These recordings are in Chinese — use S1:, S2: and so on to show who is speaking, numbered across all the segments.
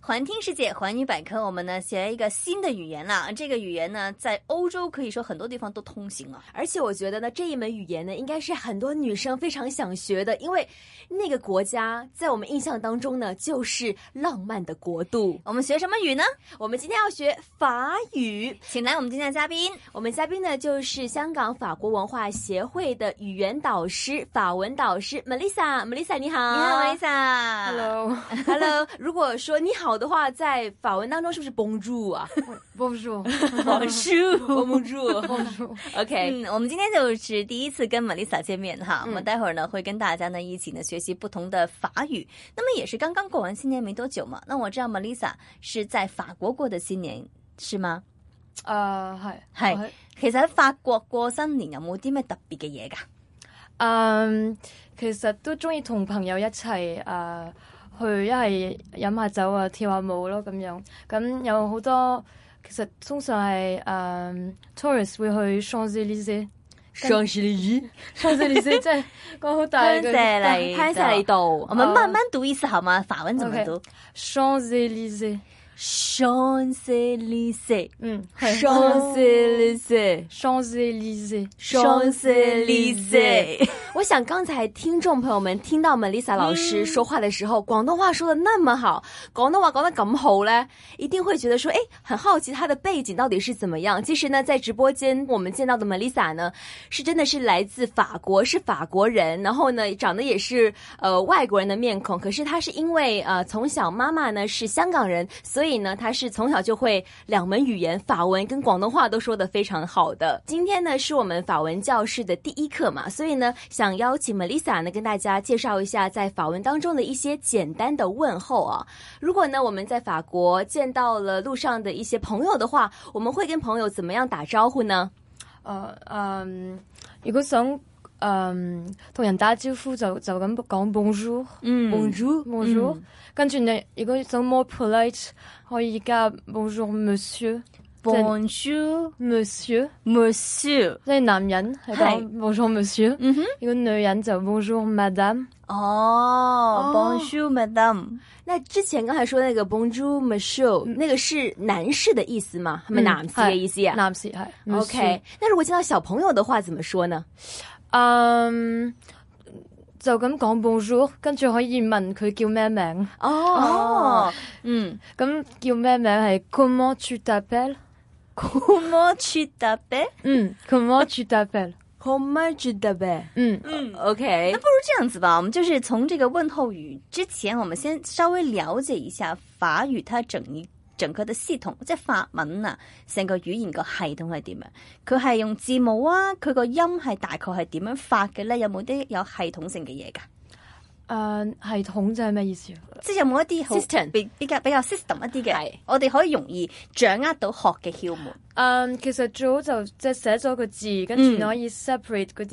S1: 环听世界，环宇百科，我们呢学了一个新的语言啦。这个语言呢，在欧洲可以说很多地方都通行啊了。
S2: 而且我觉得呢，这一门语言呢，应该是很多女生非常想学的，因为那个国家在我们印象当中呢，就是浪漫的国度。
S1: 我们学什么语呢？
S2: 我们今天要学法语，
S1: 请来我们今天的嘉宾，
S2: 我们嘉宾呢就是香港法国文化协会的语言导师、法文导师 Melissa，Melissa 你好，
S1: 你好 Melissa。
S3: 啊 Hello,
S2: Hello，如果说你好的话，在法文当中是不是 Bonjour 啊
S3: bonjour,
S2: ？Bonjour，Bonjour，OK。
S3: bonjour。
S2: OK，
S1: 嗯，我们今天就是第一次跟 Melissa 见面哈，
S3: 嗯
S1: 我们待会儿呢会跟大家呢一起呢学习不同的法语。那么也是刚刚过完新年没多久嘛，那我知道 Melissa 是在法國過嘅新年是嗎？
S3: 誒，係。
S1: 係。其實喺法國過新年有冇啲咩特別嘅嘢㗎？
S3: 誒，其實都鍾意同朋友一齊，誒，去一係飲下酒啊、跳下舞咯咁樣。咁有好多，其實通常係，誒，tourist會去Champs-Élysées。
S2: 双十一，
S3: Champs-Élysées 真係個好大嘅
S1: 香榭麗
S2: 潘塞雷
S1: 我
S2: 豆，
S1: 們慢慢讀一次好嗎？法文怎麼
S3: 哦 OK
S1: 讀
S3: Champs-Élysées。
S1: ？Champs Élysées，
S3: 嗯，係。
S2: 双十一，
S3: Champs-Élysées。
S1: Champs-Élysées
S2: 我想刚才听众朋友们听到 Melissa 老师说话的时候，广东话说的那么好，广东话讲得咁好呢，一定会觉得说，哎，很好奇她的背景到底是怎么样。其实呢，在直播间我们见到的 Melissa 呢，是真的是来自法国，是法国人，然后呢，长得也是呃外国人的面孔。可是她是因为呃从小妈妈呢是香港人，所以呢，她是从小就会两门语言，法文跟广东话都说得非常好的。今天呢，是我们法文教室的第一课嘛，所以呢，想邀请 Melissa 呢跟大家介绍一下在法文当中的一些简单的问候啊。如果呢我们在法国见到了路上的一些朋友的话，我们会跟朋友怎么样打招呼呢？
S3: 誒誒，如果想誒同人打招呼就就咁講 bonjour
S1: 嗯
S3: bonjour Mmh. bonjour，跟住你如果想 more polite oh, 可以加 bonjour monsieur
S1: Bonjour
S3: monsieur，
S1: Monsieur，
S3: 即係男人係
S1: 係
S3: 講 bonjour monsieur，
S1: 嗯哼，
S3: 如果女人就 euh, bonjour madame。
S1: 哦，Bonjour Madame，
S2: 那之前刚才说那个 Bonjour Monsieur，、那个是男士的意思吗？他们
S3: Mmh.
S2: 男士的意思呀、
S3: 嗯男士係
S2: OK，那如果见到小朋友的话怎么说呢？
S3: 嗯，就咁講 bonjour，跟住可以問佢叫咩名，
S2: 哦，，
S1: 嗯
S3: 咁叫咩名係 comment tu t'appelles？
S1: ，Comment tu t'appelles？
S3: 嗯，comment tu t'appelles？
S2: 好 m u c h 的呗。
S3: 嗯，
S1: 嗯
S2: OK，
S1: 那不如这样子吧，我们就是从这个问候语之前，我们先稍微了解一下法语它整一整個嘅系統，即係法文啊，成個語言個系統係點樣？佢係用字母啊，佢個音係大概係點樣發嘅咧？有冇啲有系統性嘅嘢㗎？
S3: 誒系統即係咩意思啊？
S1: 即係有冇一啲好
S2: System
S1: 比比較比較 system 一啲嘅
S2: 係，
S1: 我哋可以容易掌握到學嘅竅門。
S3: 誒，嗯其實最好就即係寫咗個字，跟住
S1: 嗯
S3: 你可以 separate 嗰啲，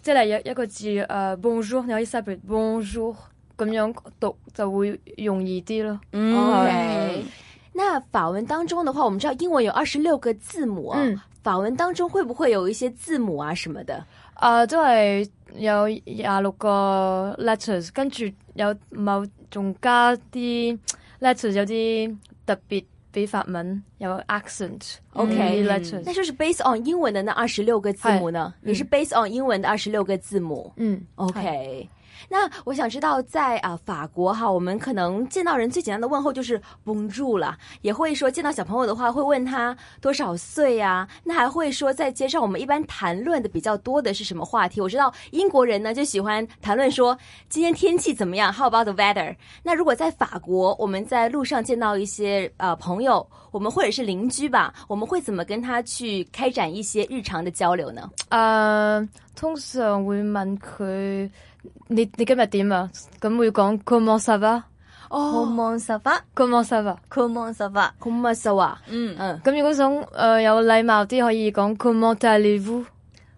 S3: 即係例如一個字誒 bonjour，你可以 separate bonjour 咁樣讀就會容易啲咯。
S1: 嗯
S2: OK 那法文当中的话，我们知道英文有二十六个字母啊，
S3: 嗯
S2: 法文当中会不会有一些字母啊什么的？
S3: 誒啊都係有廿六個 letters，跟住有某仲加啲 letters 有啲特別俾法文有 accent，OK
S2: OK 那
S3: letters，
S2: 就是 based on 英文的那二十六个字母呢？也是 based on 英文的二十六个字母。
S3: 嗯
S2: OK，那我想知道在啊、法国哈，我们可能见到人最简单的问候就是 Bonjour 啦，也会说见到小朋友的话会问他多少岁啊，那还会说在街上我们一般谈论的比较多的是什么话题？我知道英国人呢就喜欢谈论说今天天气怎么样，How about the weather？那如果在法国，我们在路上见到一些呃朋友，我们或者是邻居吧，我们会怎么跟他去开展一些日常的交流呢？
S3: 誒、呃通常會問佢你你今日點啊？咁會講 comment ça va，comment
S1: Comment ça va？Comment ça
S3: ça va。
S1: va？
S2: c o m m e ça va？
S1: 嗯
S2: 嗯。
S3: 咁如果想誒、呃有禮貌啲，可以講 comment allez-vous。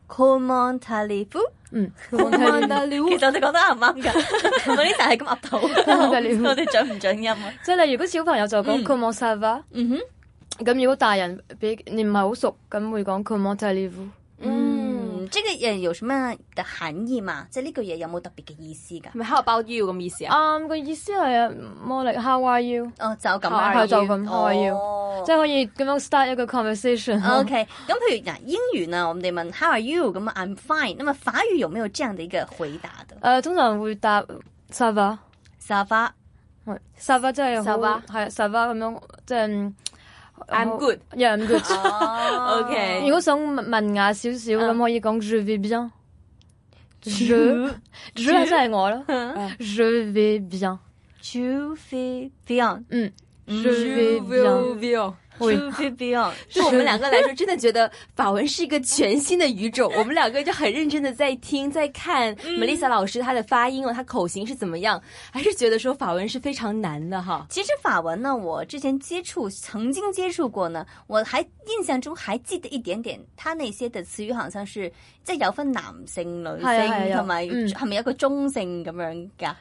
S1: ，Comment allez-vous？
S3: 嗯
S2: Comment
S3: ，comment
S1: 其
S2: allez-vous？
S1: 實我哋講得啱唔啱 㗎？我呢但係咁噏到，
S3: 得
S1: 我
S3: 你
S1: 唔 知我哋準唔準音啊？
S3: 即係例如如果小朋友就
S1: 嗯
S3: 講 comment ça va，
S1: 嗯哼，
S3: 咁如果大人俾你唔係好熟，咁會講 comment allez-vous。
S2: 嗯，
S1: 这个誒有什麼嘅含義嘛？即係呢句嘢有冇特別嘅意思㗎？
S2: 咪 How about you 咁意思啊？
S3: 啱個意思係魔力 How are you？
S1: 哦，就咁
S3: 係
S1: 而已
S3: 就咁係要
S1: 哦
S3: 即係可以咁樣 start 一個 conversation 咯。
S1: OK，咁譬如嗱，英語呢，我哋問 How are you？咁啊，I'm fine。那麼法語有沒有這樣的一個回答的？
S3: 誒呃通常會答 s a v a
S1: 沙發
S3: s a v a 即係
S2: Sava
S3: 好係 s a v a 咁樣，即係嗯
S2: I'm good
S3: Yeah,
S1: Ah.
S3: I'm good。
S1: 哦
S2: OK
S3: 如果想文雅少少咁，可以講 je vais bien。je je 即係我啦，je vais bien。
S1: ，True fit beyond，
S3: 嗯
S1: 嗯
S3: ，je vais bien。
S2: view。
S3: 會
S1: True fit beyond。
S2: 对我们两个来说，真的觉得法文是一个全新的语种。我们两个就很认真的在听，在看 Melissa 老师她的发音哦，她口型是怎么样，还是觉得说法文是非常难的哈。
S1: 其实法文呢，我之前接触，曾经接触过呢，我还印象中还記得一點點，它那些的詞語好像是即係有分男性、女
S3: 係啊係啊
S1: 性
S3: 有
S1: 同埋
S3: 嗯
S1: 係咪有一個中性咁樣㗎？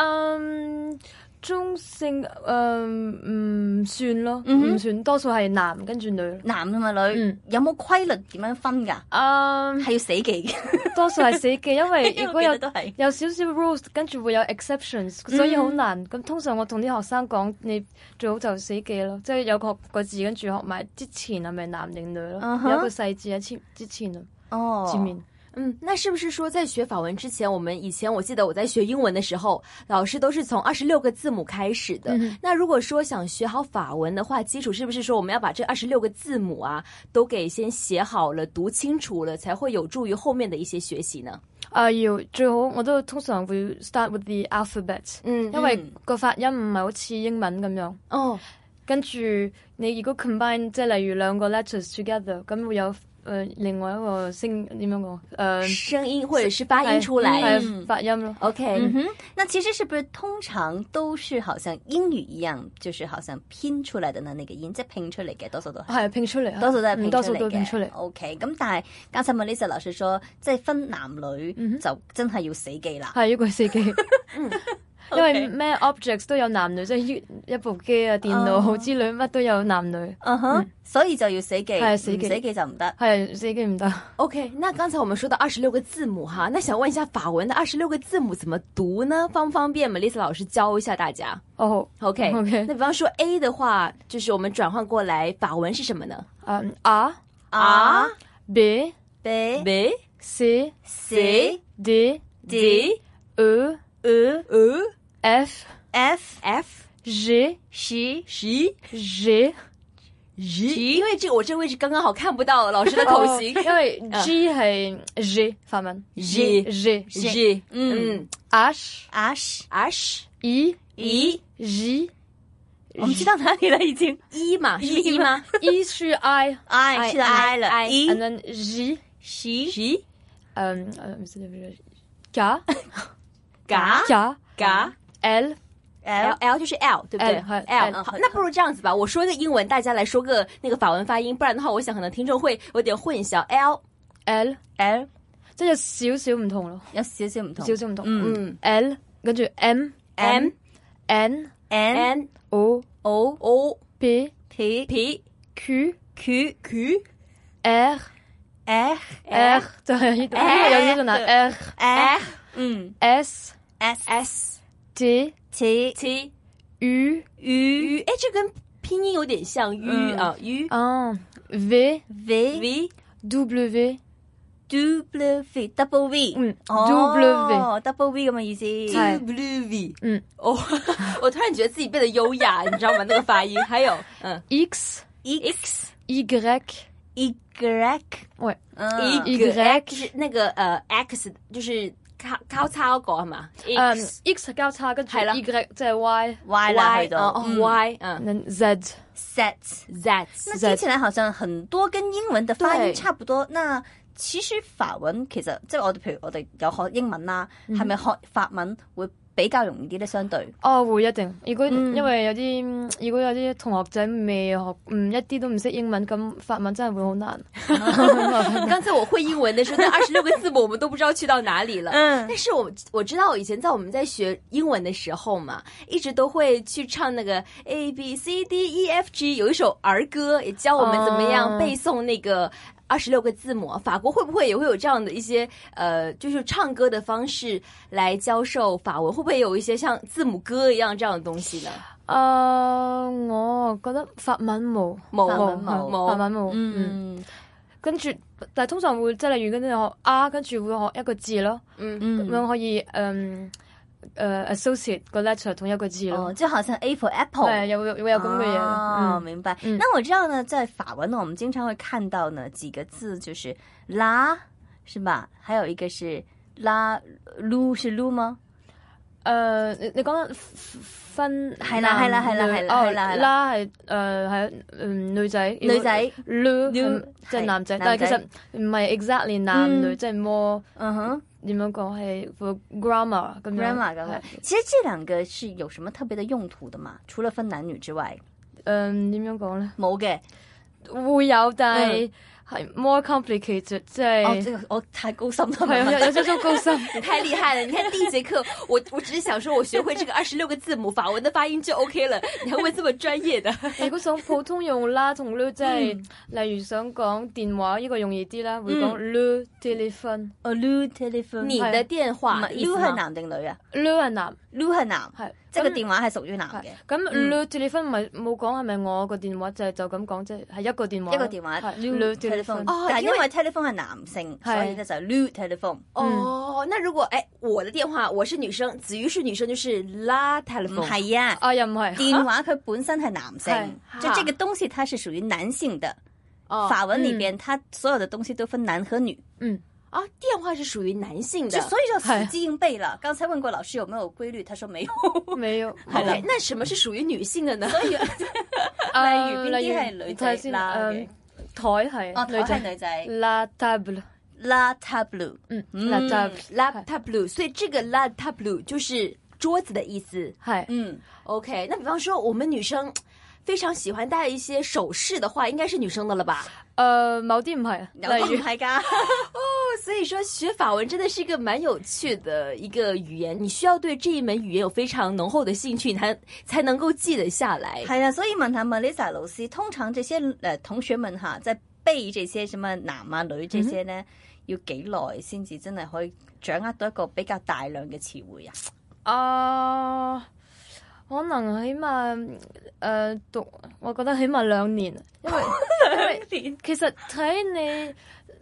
S3: 嗯，中性誒唔算咯，
S1: 嗯哼
S3: 唔算，多數係男跟住女。
S1: 男同埋女、
S3: 嗯
S1: 有冇規律點樣分㗎？
S3: 嗯，
S1: 係要死記嘅，
S3: 多數係死記，因為如
S1: 因為
S3: 果
S1: 我記
S3: 有
S1: 得都係。
S3: 有少少 rules，跟住會有 exceptions，所
S2: 嗯
S3: 以好難。咁、通常我同啲學生講，你最好就死記咯，即係有個個字跟住學埋之前係咪男定女咯
S2: Uh-huh
S1: 嗯哼
S3: 有一個細字喺前之前啊，
S1: 哦，
S3: 前面。
S2: 嗯，那是不是说在学法文之前，我们以前我记得我在学英文的时候，老师都是从二十六个字母开始的。
S3: 嗯
S2: 那如果说想学好法文的话，基础是不是说我们要把这二十六个字母啊都给先写好了、读清楚了，才会有助于后面的一些学习呢？
S3: 啊，要最好我都通常會 start with the alphabet，
S2: 嗯
S3: 因為
S1: 嗯
S3: 個發音唔係好似英文咁樣。
S2: 哦，
S3: 跟住你如果 combine 即係例如兩個 letters together，咁會有誒、呃另外一個聲點樣講誒、呃
S2: 嗯声音或者是发音
S3: 係
S2: 出来。
S3: 係發音咯。
S2: OK，、
S1: 嗯哼，那其实是不是通常都是好像英语一样，就是好像拼出来的呢？那个音即系拼出嚟嘅，多数都系。
S3: 係拼出嚟啊，
S1: 多數都係
S3: 嗯
S1: 拼
S3: 多
S1: 出
S3: 數
S1: 嚟
S3: 都拼出
S1: 嘅
S3: 嚟。
S1: ，OK。咁但係加上 Melissa 老師說，即係分男女、
S3: 嗯
S1: 就真係要死記啦。
S3: 係一個司機。 因
S1: 嗯 OK
S3: 為咩 objects 都有男女，即係一一部機啊、電腦之類，乜都有男女。
S1: 嗯哼，所以就要死記，
S3: 係死記
S1: 唔死記就唔得。
S3: 係司機唔得。
S2: OK，那刚才我们说到二十六个字母哈，那想问一下法文的二十六个字母怎么读呢？方不方便 Melissa 老师教一下大家
S3: 哦，
S2: ？OK
S3: OK
S2: 那比方说 A 的话，就是我们转换过来法文是什么呢
S3: 嗯 R
S1: R
S3: 啊 B
S1: B
S2: ？B
S3: C
S1: C
S3: D
S2: D
S3: E
S2: E E
S3: F
S1: F
S2: F
S3: G
S1: G
S2: G
S3: G
S2: G，因为这个我这个位置刚刚好看不到老师的口型
S3: 哦 因為
S1: 啊
S3: G 係 G 法文
S2: G
S3: G
S2: G，
S1: 嗯
S2: 嗯
S3: H
S1: H
S2: ，H
S3: I
S2: E
S3: G 嗯
S1: 我们知道哪裡啦，已經。
S2: E 嘛，是 E 吗
S3: E 是 I
S1: I 是 I 了
S2: I-
S1: ，E
S3: and then G
S1: G
S2: ？G
S3: 嗯呃唔知點解 K
S1: 啊
S2: Ga
S3: K
S2: Ga。
S3: L
S2: L
S1: L
S2: L 就是 L，对不对
S3: L，好
S2: L，
S3: L，
S2: 好
S1: 好，
S2: 那不如这样子吧，我说一个英文，大家来说个那个法文发音，不然的话，我想可能听众会有点混淆。L，
S3: L
S1: L
S3: 即係有少少唔同咯，
S1: 有少少唔同，
S3: 少少唔同。
S1: 嗯
S2: 嗯
S3: L 跟住 M
S2: ，M
S3: N
S1: N
S2: N
S3: O
S1: O
S2: O
S3: P
S1: P
S2: P
S3: Q
S2: Q Q
S3: R
S1: R
S3: R 就係呢度，因為有呢度難 R
S1: R
S2: F
S1: 嗯
S3: S
S1: S
S2: S
S3: T
S1: T
S2: T
S3: U
S1: U
S2: U，哎，这跟拼音有点像 U 啊，U
S3: 啊 V
S1: V
S2: V
S3: W
S1: W V double V
S3: 嗯
S1: 哦 double V 咁嘅意思
S3: 係
S2: W V，
S3: 嗯
S2: 哦， 我突然觉得自己变得优雅，你知道吗？那个发音，还有嗯
S3: X
S2: X
S3: Y
S1: Y Y
S3: 喂
S1: 嗯
S2: E
S3: Y
S2: 就是那个呃 X 就是交交叉嗰系嘛
S3: 嗯
S2: ？X
S3: X 交叉跟住
S2: 係啦
S3: Y 即係 Y
S1: Y 啦
S2: Y
S1: 去到
S2: 哦
S1: 嗯
S2: ，Y 嗯
S3: and then Z
S1: set 那
S2: ，That
S1: 听起来好像很多跟英文的发
S2: 對
S1: 音差不多。那其實法文其實即係我哋譬如我哋有學英文啦，係咪學法文會比較容易啲咧？相對
S3: 哦，會一定。如果、因為有啲，嗯如果有啲同學仔未學，嗯，一啲都唔識英文，咁法文真係會好難。
S2: 刚才我会英文的时候，那二十六个字母我们都不知道去到哪里了。
S1: 嗯
S2: 但是我我知道以前在我们在学英文的时候嘛，一直都会去唱那个 A B C D E F G，有一首儿歌也教我们怎么样
S3: 哦
S2: 背诵那个二十六个字母，法国会不会也会有这样的一些呃，就是唱歌的方式来教授法文？会不会有一些像字母歌一样这样的东西呢？
S3: 誒、啊我覺得法文冇，
S2: 冇
S1: 法文冇
S3: 法文冇，嗯，
S1: 嗯
S3: 跟住但係通常會即係例如跟住學啊，跟住會學一個字咯，
S2: 嗯，
S3: 咁
S1: 嗯，
S3: 樣可以誒誒 associate 個 letter 同一個字
S1: 哦，
S3: 咯，
S1: 就好像 A for
S3: 係
S1: apple。
S3: 有有有咁嘅嘢
S1: 哦，
S3: 咯，嗯
S1: 明白。
S3: 嗯
S1: 那我知道呢，在法文呢，我们经常会看到呢几个字，就是拉，是吧？还有一个是拉撸，是撸吗？
S3: 誒你你講緊分
S1: 係啦係啦係啦係啦係啦係啦
S3: 哦啦係誒係嗯女仔
S1: 女仔，
S3: 女
S1: 女
S3: 即係
S1: 係
S3: 男仔，
S1: 男
S3: 但係其實
S1: 仔
S3: 唔係 exactly 男女，
S1: 嗯
S3: 即係 more
S1: 嗯哼
S3: 點樣講係 for grammar 咁樣
S1: ，grandma 咁
S3: 係
S1: 樣。其實這兩個是有什麼特別的用途的嘛？除了分男女之外，
S3: 誒點樣講咧？
S1: 冇嘅。
S3: 會有，但係係 more complicated，即
S1: 哦，
S3: 係
S1: 這個我太高深啦。
S3: 係 有有少少高深。
S2: 你太厉害了！你看第一节课，我我只是想说，我学会这个二十六个字母法文的发音就 OK 了，你还问这么专业的？
S3: 如果想普通用啦同 l 即係例如想講電話呢個容易啲啦，會講 l telephone。
S1: 哦，lu telephone，
S2: 你的电话意思
S1: lu 係
S2: 吗？
S1: 男定女啊
S3: l 係男，啊
S1: ？lu 係男，
S3: 係
S1: 即係個
S3: 咁
S1: 電話係屬於男
S3: 係
S1: 嘅。
S3: 咁 l telephone 唔係冇講係咪我個電話，就係就咁講，即係係一個電話咯。
S1: 一個電話
S3: 係
S1: lu
S3: Lu
S1: telephone，
S3: 啊 telephone。
S2: 哦
S1: 但係因
S2: 因
S1: 為 telephone 係男性，
S3: 係
S1: 所以咧就 lu telephone。
S2: 哦，那如果哎，我的电话我是女生，子瑜是女生，就是拉 telephone。
S1: 唔係啊，
S3: 啊，又唔係。
S1: 電話佢本身係男性，
S2: 係
S1: 就這個東西它是屬於男性的。
S2: 哦
S1: 法文裏邊，它所有的東西都分男和女，
S3: 嗯，
S2: 啊，电话是属于男性
S1: 就
S2: 的。
S1: 所以就死記硬背了。剛才問過老師有沒有規律，他說沒有。
S3: 未有。
S2: OK，那什么是属于女性的呢？所 以
S3: 啊
S1: 例如邊
S3: 例
S1: 啲係女
S3: 睇下
S1: 仔
S3: 先
S1: 啦
S3: 誒台
S1: 哦，台
S3: 係
S1: 係女仔
S3: ，la table，
S1: ，la table，
S3: 嗯
S1: 嗯
S3: ，la table
S2: la table，所以这个 la table 就是桌子的意思。
S3: 係。
S1: 嗯，
S2: OK，那比方说我们女生非常喜欢戴一些首饰的话，应该是女生的了吧？
S3: 誒某啲唔係，
S1: 有啲
S3: 例
S1: 唔
S3: 如
S1: 係 㗎。
S2: 所以说学法文真的是一个蛮有趣的一个语言，你需要对这一门语言有非常浓厚的兴趣，你才才能够记得下来。
S1: 係啦，所以問下 Melissa 老師，通常這些誒、呃同學們嚇，即係背這些什麼男啊女這些咧，要幾耐先至真係可以掌握到一個比較大量嘅詞彙啊？
S3: 啊，可能起碼誒、呃、讀，我覺得起碼兩年，因 為因為其實睇你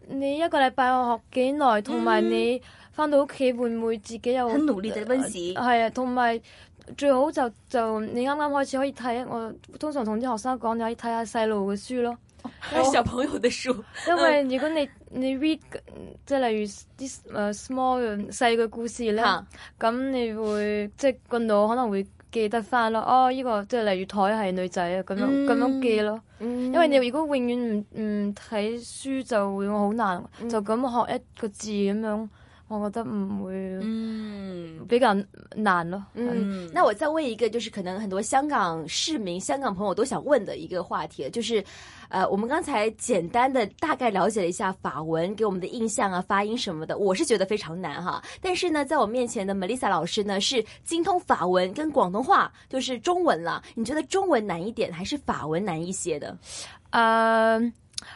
S3: 你一個禮拜學幾耐，同埋你翻到屋企會唔會自己有
S1: 嗯很努力地温習
S3: 係啊，同埋。最好就就你啱啱開始可以睇，我通常同啲學生講，你可以睇下細路嘅書咯，
S2: 小朋友的书，
S3: 因為如果你你 read 即係例如啲誒 small 嘅細嘅故事咧。
S2: 哈，
S3: 咁你會即係個腦可能會記得翻咯。哦，呢、個即係例如台係女仔啊，咁樣
S1: 嗯
S3: 咁、樣記咯。
S2: 因
S3: 因為你如果永遠唔唔睇書就會好難，就咁學一個字咁樣，我覺得唔會
S1: 嗯
S3: 比較難咯。
S2: 嗯，那我再问一个，就是可能很多香港市民、香港朋友都想问的一个话题，就是，呃，我们刚才简单的大概了解了一下法文给我们的印象啊、发音什么的，我是觉得非常难哈。但是呢，在我面前的 Melissa 老师呢是精通法文跟广东话，就是中文了。你觉得中文难一点，还是法文难一些的？
S3: 誒、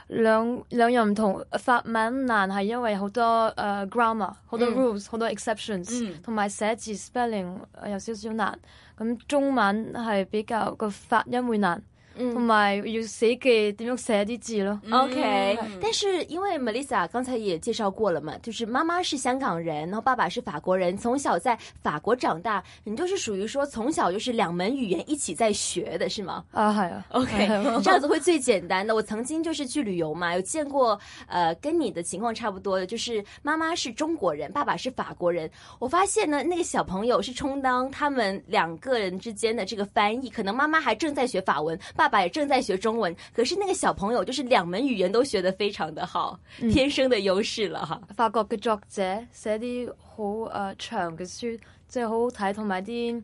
S3: 兩兩呃樣唔同，法文難係因為好多誒、grammar，好多
S2: 嗯
S3: rules，好、多 exceptions，
S1: 嗯
S3: 同埋、寫字 spelling 呃有少少難。咁中文係比較個發音會難。同
S2: 嗯。
S3: 埋要死記點樣寫啲字咯。
S2: OK，、
S1: 嗯
S2: 但是因为 Melissa 刚才也介绍过了嘛，就是妈妈是香港人，然后爸爸是法国人，从小在法国长大，你就是属于说从小就是两门语言一起在学的是吗
S3: 啊，係啊。
S2: ？OK，这 样子会最简单的。我曾经就是去旅游嘛，有见过呃跟你的情况差不多的，就是妈妈是中国人，爸爸是法国人。我发现呢，那个小朋友是充当他们两个人之间的这个翻译，可能妈妈还正在学法文，爸爸也正在学中文，可是那个小朋友就是两门语言都学得非常的好，天生的优势了哈。
S3: 法國嘅作者寫啲好誒長嘅書，即係好好睇，同埋啲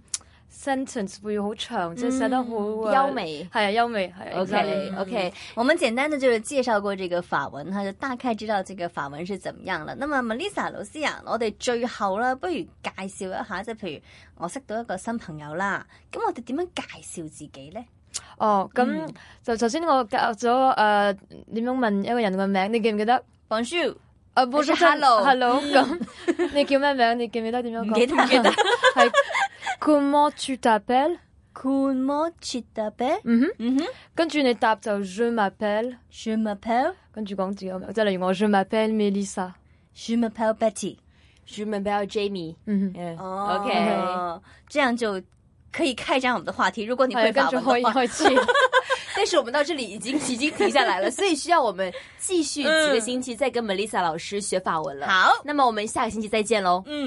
S3: sentence 會好長，即係寫得好誒
S2: 嗯優美
S3: 係啊，優美係啊
S2: OK
S3: exactly
S2: OK，
S1: 我们简单的就是介绍过这个法文哈，就大概知道这个法文是怎么样了。那么 Melissa 老師啊，我哋最後啦，不如介紹一下，即係譬如我識到一個新朋友啦，咁我哋點樣介紹自己咧？
S3: 哦，
S1: 嗯
S3: 咁就頭先我教咗誒點樣問一個人個名，你記唔記得？
S1: 放書
S3: 啊，冇咗
S1: hello 嗯
S3: hello 咁，你叫咩名？你記唔記得點樣
S1: 唔
S3: 講？
S1: 記得唔記得
S3: 係 Comment tu t'appelles？
S1: ，Comment tu t'appelles？
S3: 嗯哼，
S1: 嗯哼
S3: 跟住你答就 Je m'appelle，
S1: ，Je m'appelle，Je
S3: 跟住講自己個名，即係例如我 Je m'appelle Melissa。
S1: m'appelle Betty。
S2: Je m'appelle Jamie。
S3: 嗯哼，
S2: 嗯
S1: 哦
S2: ，OK。
S1: 这样就可以开展我们的话题。如果你会
S3: 係哎跟
S1: 法
S3: 住
S1: 文
S3: 可以
S1: 的话，
S3: 開始。
S2: 但是我们到这里已经已经停下来了，所以需要我们继续几个星期再跟 Melissa 老师学法文了。
S1: 好，
S2: 那么我们下个星期再见喽。
S1: 嗯。